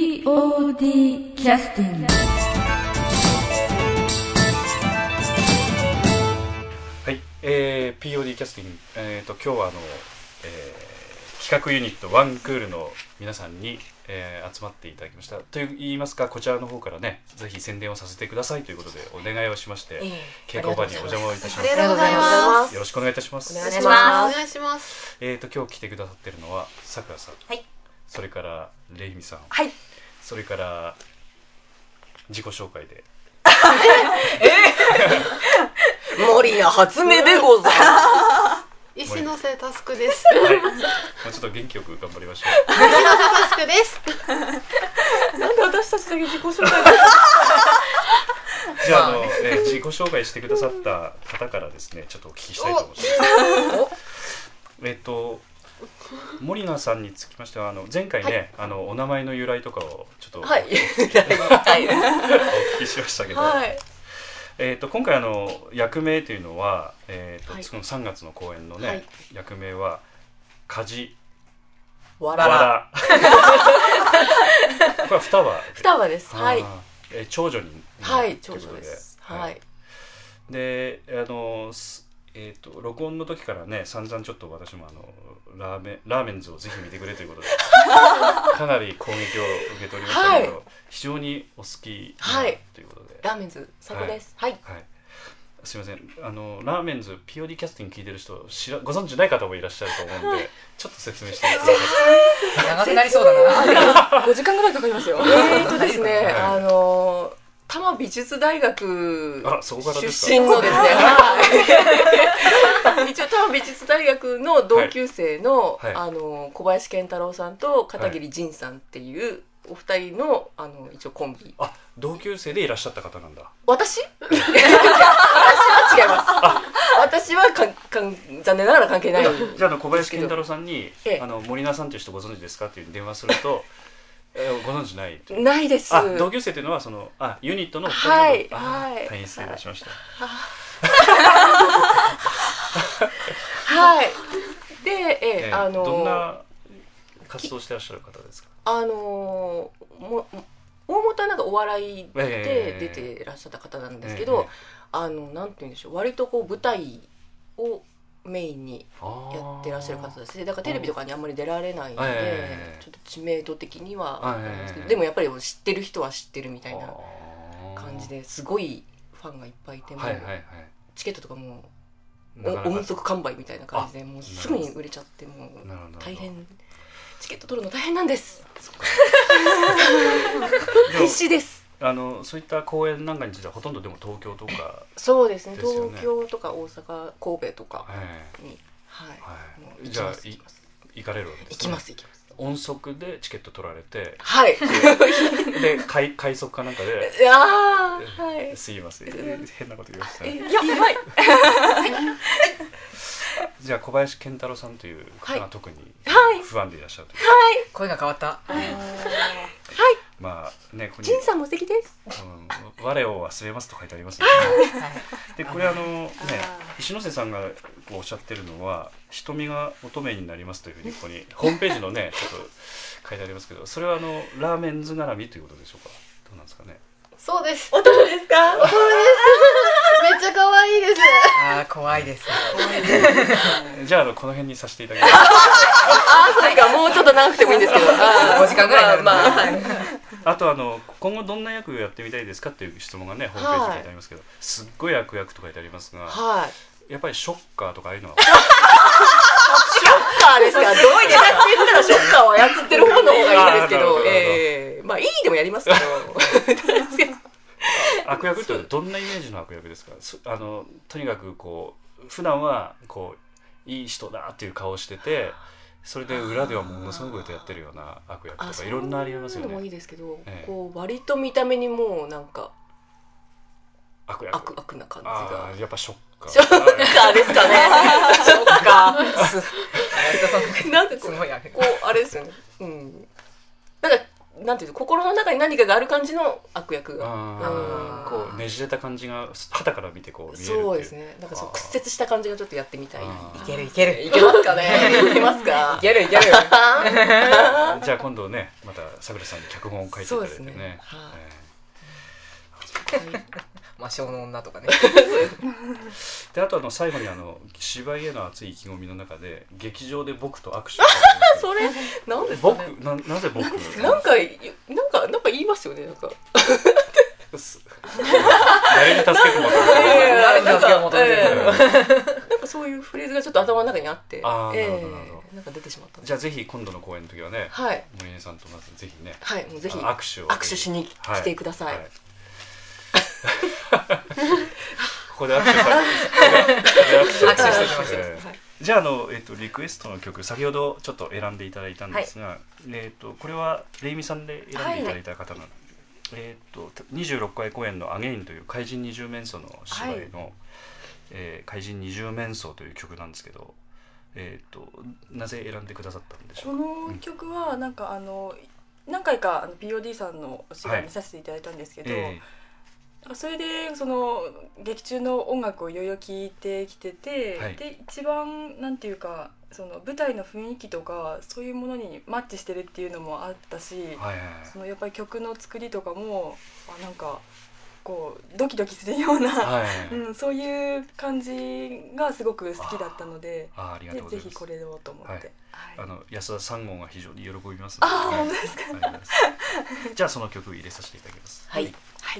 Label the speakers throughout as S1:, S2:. S1: POD キャスティング
S2: はい、えー、POD キャスティング、えー、と今日はあの、えー企画ユニットワンクールの皆さんに、えー集まっていただきましたという言いますかこちらの方からねぜひ宣伝をさせてくださいということでお願いをしまして
S3: ええ
S2: 稽古場にお邪魔をいたしま
S3: ありがとうございます
S2: よろしくお願いいたします
S3: お願いし
S4: お
S3: ま
S4: 願いします。
S2: えー、と今日来てくださってるのはさくらさん、
S3: はい
S2: それかられいみさん、
S3: はい
S2: それから自己紹介で
S3: 森の初音でございま
S4: 石の瀬タスクです。
S2: はい、もうちょっと元気よく頑張りましょう。
S4: 石の瀬タスクです。
S5: なんで私たちだけ自己紹介が
S2: じゃあ、あの、えー自己紹介してくださった方からですね、ちょっとお聞きしたいと思います。えっと、森菜さんにつきましては、あの前回ね、あのお名前の由来とかをちょっとお
S3: す。はい
S2: 聞。
S3: はい。
S2: きしましたけど、
S5: はい
S2: えっと今回あの役名というのは、えっと、
S4: はい
S2: その3月の公演のね、
S4: はい
S2: 役名は梶
S3: わらら。
S2: 原。 これは双葉。
S3: 双葉です。はい
S2: あ。ー。えー長女に。
S3: はい、
S2: と
S3: 長
S2: うこと
S3: 女です。はい。。
S2: であのすえっ、と録音の時からね散々ちょっと私もあのラーメンラーメンズをぜひ見てくれということで かなり攻撃を受けておりましたけど、
S3: は
S2: 非常にお好き
S3: はい
S2: ということで、
S3: ラーメンズ、最高です。はい。
S2: はい、すいませんあのラーメンズ POD キャスティング聞いてる人知らご存知ない方もいらっしゃると思うんでちょっと説明してください
S6: 長くなりそうだな。
S5: 5時間ぐらいかかりますよえーとですね、
S2: はい
S5: あの多摩美術大学
S2: あらそこからですか
S5: 出身のですねはい 一応多摩美術大学の同級生の,、
S2: はいはい
S5: あの小林健太郎さんと片桐仁さんっていうお二人のあの一応コンビ
S2: あ同級生でいらっしゃった方なんだ
S5: 私 私は違います私はかんかん残念ながら関係ない
S2: じゃああの小林健太郎さんに
S5: え
S2: 「
S5: え
S2: あの森菜さんという人ご存知ですか?」っていう電話すると「えーご存知ない」と
S5: ないです
S2: あ同級生というのはそのあユニットのお二人の
S5: はい
S2: あ
S5: はい
S2: 大変失礼いたしました、
S5: はい。で、え
S2: えー
S5: あの
S2: どんな活動してらっしゃる方ですか
S5: あのもも大元はなんかお笑い
S2: ええ
S5: で出てらっしゃった方なんですけど、
S2: ええ
S5: あのなんて言うんでしょう割とこう舞台をメインに
S2: あー
S5: やってらっしゃる方ですねだからテレビとかにあんまり出られないので、
S2: ええ
S5: ちょっと知名度的には
S2: ええ
S5: あれなんですけど
S2: ええ
S5: でもやっぱり知ってる人は知ってるみたいな
S2: あー
S5: 感じですごいファンがいっぱいいてもう、
S2: はいはいはい
S5: チケットとかもう
S2: なかなか
S5: 音速完売みたいな感じでもうすぐに売れちゃってもう
S2: なるほど
S5: 大変チケット取るの大変なんです
S2: でも
S5: 必死です
S2: あのそういった公演なんかについてはほとんどでも東京とか、
S5: そうですね
S2: ですよね
S5: 東京とか大阪神戸とか
S2: え
S5: にはい、
S2: えは
S5: もう
S2: い、じ
S5: 行き
S2: ゃ
S5: ま
S2: あ
S5: す行
S2: い
S5: きます
S2: 行かれるわけです、ね、
S5: 行きます行きます
S2: 音速でチケット取られて
S5: はい
S2: で快快速かなんかで
S5: いやーはい
S2: すいません変なこと言いましたね
S5: いやばい
S2: じゃあ小林健太郎さんという方が特に
S5: はい
S2: 不安でいらっしゃるという、
S6: 声が変わった。
S2: まあねここに
S5: 仁さんも素敵です
S2: うん我を忘れます」と書いてありますね。 でこれあのね石ノ瀬さんがこうおっしゃってるのは「瞳が乙女になります」というふうにここにホームページの ねちょっと書いてありますけどそれはあのラーメンズ絡みということでしょうかどうなんですかね。
S4: そうです。
S5: 乙女ですか
S4: めっちゃ可愛いです。
S6: ああ、怖いです。
S2: じゃああのこの辺にさせていただき ます。
S5: あそれかもうちょっと長くてもいいんで すけどあー
S6: 5時間ぐらいに
S5: ま
S6: な
S5: あま
S6: る
S5: あはい
S2: あとあの今後どんな役をやってみたいですかっていう質問がねホームページに書いてありますけど、すっごい悪役と書いてありますが
S5: はい
S2: やっぱりショッカーとかああいうのは
S5: ショッカーですかどういですかって言ったらショッカーを操ってる方の方がいいですけ
S2: あーなるほ
S5: ど
S2: ど、
S5: ええまあいいでもやりますけど。
S2: 悪役ってどんなイメージの悪役ですかそあのとにかくこう普段はこういい人だっていう顔をしててそれで裏ではものすごいことやってるような悪役とかいろんなありえますよ
S5: そういうのもい
S2: ね
S5: いですけど
S2: ええ、
S5: こう割と見た目にもうなんか
S2: 悪役
S5: 悪悪な感じ
S2: あ
S5: が
S2: あ。やっぱショッカー
S5: ショッカーですかね。ショッカ
S6: 割とそ
S5: ー。
S6: の
S5: なんかこ
S6: す
S5: う
S6: ごいあれ。
S5: こうあれですよね。うん。なんかなんていうの心の中に何かがある感じの悪役が
S2: あー
S5: うん
S2: こうねじれた感じが肩から見てこう見えるっていう
S5: そうですねなんかそう
S2: あー
S5: 屈折した感じがちょっとやってみたい
S2: あー
S6: いけるいける
S5: いけますかねいけますか
S6: いけるいける
S2: じゃあ今度ねまたさくらさんに脚本を書いていただいて
S5: そう
S2: ね
S5: ですねはい
S2: え
S6: 魔性の女とかね
S2: ーであとあの最後にあの芝居への熱い意気込みの中で劇場で僕と握手をした
S5: それなんですか
S2: 僕
S5: ね
S2: ななぜ僕
S5: なんかいなんかなんか言いますよねなんか
S2: す誰に助けてもらった
S5: いやいや
S6: 誰に助けを求めてる
S5: なん
S6: の
S5: かええなんかそういうフレーズがちょっと頭の中にあって
S2: あー
S5: ええ
S2: なるほどなるほ
S5: なんか出てしまったんで
S2: じゃあぜひ今度の公演の時はね
S5: はい
S2: 森根さんとまずぜひね
S5: はいもうぜひ
S2: あの握手を
S5: 握手しに来てください
S2: はは ここで握手され
S6: 握手してきましたよ
S2: えーじゃああの、えっとリクエストの曲先ほどちょっと選んでいただいたんですが、えっとこれはレイミさんで選んでいただいた方なの、えっと26回公演の「アゲインという怪人二重面相の芝居の、えー怪人二重面相という曲なんですけど、えっとなぜ選んでくださったんでしょ
S1: こ
S2: うか
S1: の曲はなんかあの何回かあの POD さんのお芝居見させていただいたんですけど、
S2: え
S1: なんかそれでその劇中の音楽をいろいろ聴いてきてて、
S2: はい
S1: で一番なんていうかその舞台の雰囲気とかそういうものにマッチしてるっていうのもあったし、
S2: ーはいはいはい
S1: そのやっぱり曲の作りとかもあなんかこうドキドキするような、
S2: はいはいはい
S1: うん、そういう感じがすごく好きだったので
S2: あーありが
S1: で
S2: とうござ
S1: ぜ
S2: いま
S1: ひ
S2: す
S1: これをと思って。
S2: はい
S1: はい
S2: あの安田三号が非常に喜びます
S1: あ
S2: はい
S1: ー本当ですか
S2: ありがとうございますじゃあその曲入れさせていただきます
S5: はい
S1: は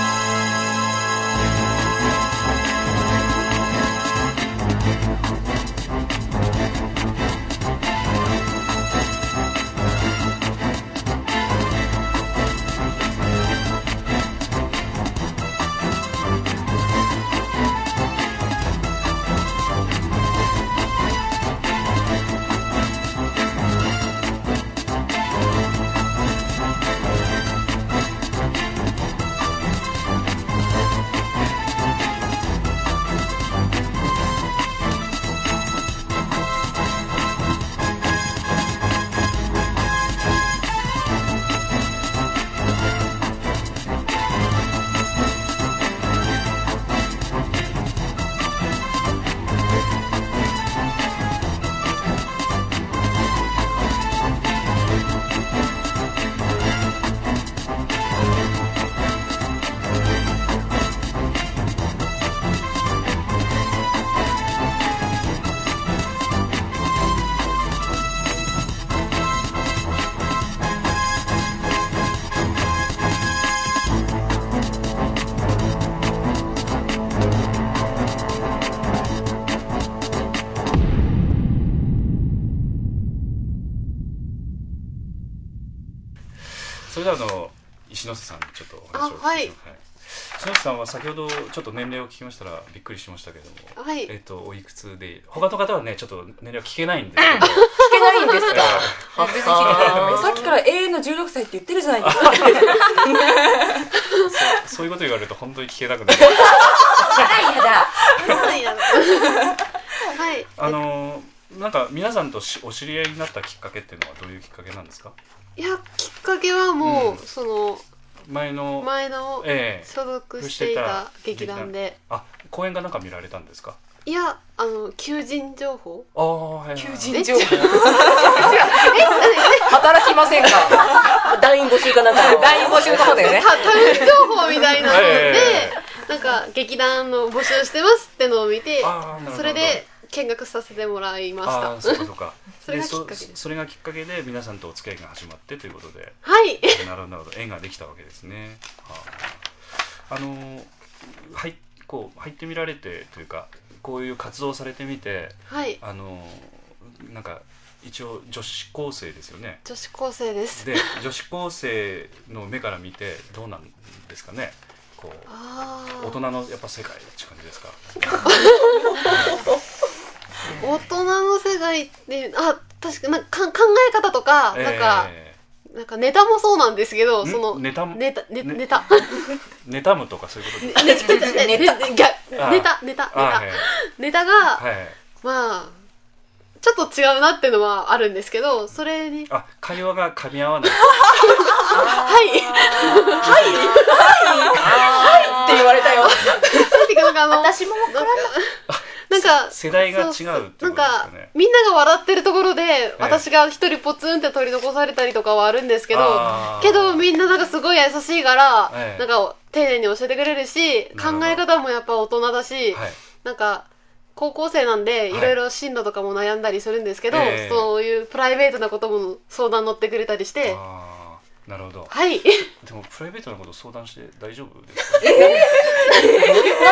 S1: い
S2: それではあの石ノ瀬さんにちょっとお話をお聞きします
S4: あはい
S2: 石ノ瀬さんは先ほどちょっと年齢を聞きましたらびっくりしましたけども
S4: はい
S2: えっとおいくつで他の方はねちょっと年齢は聞けないんですけど
S5: 聞けないんです
S2: えー
S5: か
S1: え
S5: あ
S1: さっきから永遠の16歳って言ってるじゃないですか。
S2: そそういうこと言われると本当に聞けなくなる
S4: はいやだはい
S2: あのーなんか皆さんとしお知り合いになったきっかけっていうのはどういうきっかけなんですか
S4: いやきっかけはもう、
S2: うん
S4: その
S2: 前の
S4: 前の
S2: ええ
S4: 所属していた劇団で
S2: あ公演がなんか見られたんですか
S4: いやあの求人情報
S2: ああはい、はい、
S5: 求
S4: え
S5: 人
S4: 違
S5: 情報
S6: 働きませんか
S5: 団員募集かなんかの
S6: 団員募集のとこだよ
S4: た
S6: ね
S4: タウン情報みたいなの
S2: え
S4: で
S2: え
S4: なんか劇団の募集してますってのを見て
S2: あーなるほど
S4: それで見学させてもらいまし
S2: あ
S4: た
S2: あそうかそうか
S4: それがきっかけです
S2: そそれがきっかけで皆さんとお付き合いが始まってということで
S4: はい
S2: なるほどなるほど縁ができたわけですね、はあ、あのーはいこう入ってみられてというかこういう活動をされてみて
S4: はい
S2: あのーなんか一応女子高生ですよね
S4: 女子高生です
S2: で女子高生の目から見てどうなんですかねこう
S4: ああ
S2: 大人のやっぱ世界って感じですか
S4: 大人の世界ってあ確かなんかか考え方とか、なんか
S2: え
S4: なんかネタもそうなんですけど
S2: ん
S4: その
S2: ネタも
S4: ネタネ
S2: ね
S4: ネタ
S2: ー、妬むとかそういうことですか
S4: ネタネタネタネタネタ
S2: あーはい
S4: ネタが
S2: はい
S4: まあちょっと違うなっていうのはあるんですけどそれに
S2: あ会話が噛み合わない
S4: はい
S5: って言われたよ。
S4: なんていうかなんかあの
S6: 私も
S4: なんかなんか
S2: 世代が違うって
S4: そそ
S2: ことですよね
S4: なんかみんなが笑ってるところで、私が一人ポツンって取り残されたりとかはあるんですけど
S2: あー
S4: けどみんななんかすごい優しいから、
S2: ええ
S4: なんか丁寧に教えてくれるし
S2: なるほど
S4: 考え方もやっぱ大人だし、
S2: はい
S4: なんか高校生なんで
S2: い
S4: いろいろ進路とかも悩んだりするんですけど、
S2: ええ
S4: そういうプライベートなことも相談乗ってくれたりして
S2: あーなるほど
S4: はい
S2: でもプライベートなこと相談して大丈夫ですか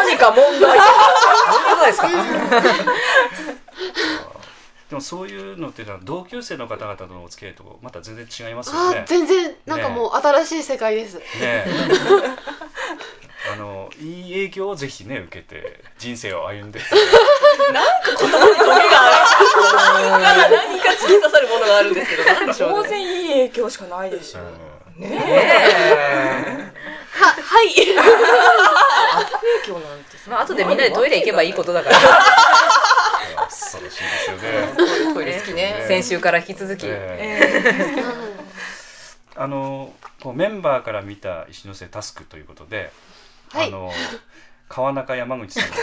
S5: 何か問題。
S6: そうですか。
S2: でもそういうのっていうのは同級生の方々とのお付き合いとまた全然違いますよ
S4: あ
S2: ね。
S4: 全然なんかもう新しい世界です、
S2: ねえ あのいい影響をぜひね受けて人生を歩んでって
S5: 何か突き刺さるものがあるんですけど、何でしょ
S1: 当
S5: う ね。
S1: 然いい影響しかないでしょ、
S4: ははい
S6: 影響なんて
S5: まあ後でみんなでトイレ行けばいいことだから。
S2: 楽しいですよ ね。
S5: トイレ好きね
S2: ね。
S5: 先週から引き続き。
S2: ええ
S1: え
S2: あのこうメンバーから見た石の瀬タスクということで、
S4: はい
S2: あの川中山口さんが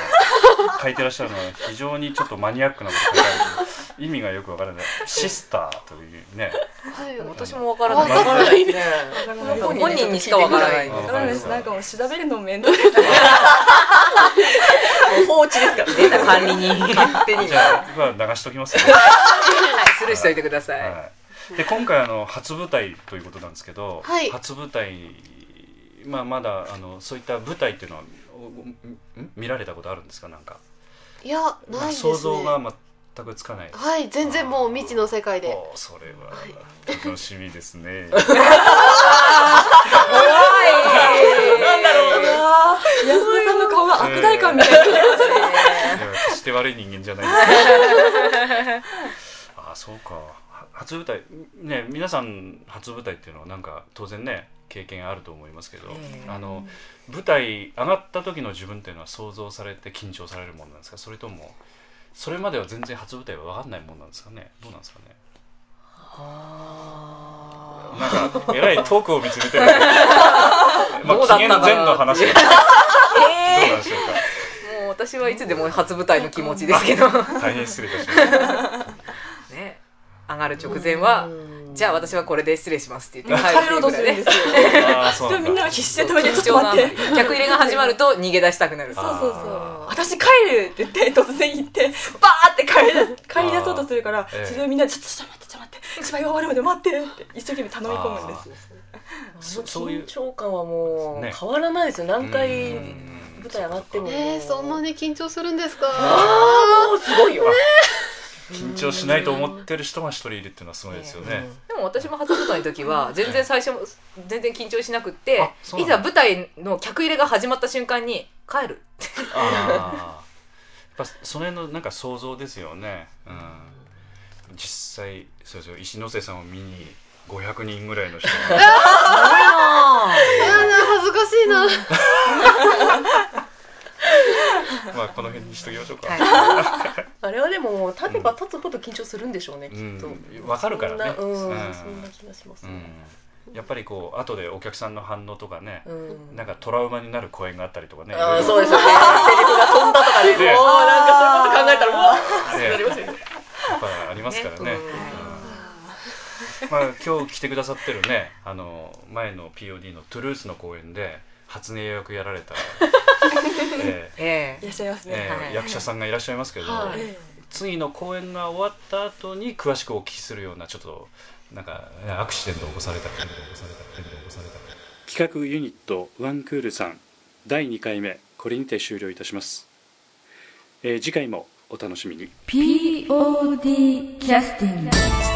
S2: 書いてらっしゃるのは非常にちょっとマニアックなこと書いてあるけど意味がよくわからないシスターというね
S4: はい
S5: 私もわからない。
S4: わからない
S5: ね。
S1: ー
S5: 本人にしかわからない。
S2: わ
S1: わ
S5: も
S1: からないですなんかもう調べるの面倒です
S5: う放置ですからね。管理人。勝手 に。
S2: じゃあ僕は流しときますね。
S5: はい、スルーしといてください。
S2: はい、で今回あの初舞台ということなんですけど、
S4: はい
S2: 初舞台、まあ、まだあのそういった舞台っていうのはおん見られたことあるんですかなんか、
S4: いや
S2: まあ
S4: ないですね
S2: 想像が全くつかない。
S4: はい全然もう未知の世界で
S2: おーそれは楽しみです ね。
S5: なんだろうな。
S1: 安田さんの顔が悪代感みたいな、
S2: いや決して悪い人間じゃ ないんですけどああそうかは初舞台ね皆さん初舞台っていうのはなんか当然ね経験あると思いますけど、あの舞台上がった時の自分っていうのは想像されて緊張されるもんなんですかそれともそれまでは全然初舞台は分かんないもんなんですかねどうなんですかねなんかえらいトークを見つめ てるま
S5: どうだ
S2: あ
S5: った
S2: 期限
S5: かな
S2: 前の 話がどうなんでしょうか
S5: もう私はいつでも初舞台の気持ちですけど。
S2: 大変失礼いたしました。
S5: ね。上がる直前は、じゃあ私はこれで失礼しますって言って帰
S1: 帰ろうとするんですよ
S2: ああ、そうなんだ
S1: みんなが必死で止めて
S5: 緊
S1: ちょ
S5: 張
S1: っと
S5: な
S1: 待って
S5: ん客入れが始まると逃げ出したくなる。
S1: そうそうそう
S2: あ
S1: 私帰るって言って突然行ってバーって帰り帰り出そうとするから
S2: ええ
S1: それをみんなちょっとちょっと待ってちょっと待って芝居が終わるまで待ってって一生懸命頼み込むんです
S2: そそういう
S6: 緊張感はも
S2: ね
S6: う変わらないですよ。何回
S2: うん
S6: 舞台上がっても。
S4: えー、そんなに緊張するんで すか
S6: すごいよ。
S2: 緊張しないと思ってる人が一人いるっていうのはすごいですよね。
S5: でも私も初舞台の時は全然最初も全然緊張しなくって
S2: あそう
S5: い
S2: なんだ
S5: ざ舞台の客入れが始まった瞬間に帰る
S2: ああ、やっぱその辺のなんか想像ですよね。うん、実際そうですよ石ノ瀬さんを見に500人ぐらいの人が
S4: あー恥ずかしいな、
S2: まあこの辺にしときましょうか。
S6: あれはでも立てば立つほど緊張するんでしょうね。き
S2: う
S6: っと。
S2: ん、わかるからね。
S6: そ
S2: う
S6: んなうんん、そんな気がします
S2: う
S6: ね。
S2: んやっぱりこう後でお客さんの反応とかね、
S6: うん
S2: なんかトラウマになる公演があったりとかね。
S6: ああ、
S2: う
S6: そうですよね。セリフが飛んだとかね。
S2: ね
S6: もうなんかそういうこと
S2: ね
S6: 考えたら、うわなりますよね。
S2: やっぱありますからね。
S5: ね
S2: うんまあ今日来てくださってるね、あの前の POD のトゥルースの公演で初音予約やられた、えー
S5: え
S1: いらっしゃいますね、
S2: えー
S5: はい
S2: 役者さんがいらっしゃいますけど、
S4: はい
S1: え
S2: 次の公演が終わった後に詳しくお聞きするようなちょっとなんかアクシデントを起こされた企画ユニットワンクールさん第2回目これにて終了いたします、えー次回もお楽しみに
S7: POD キャスティング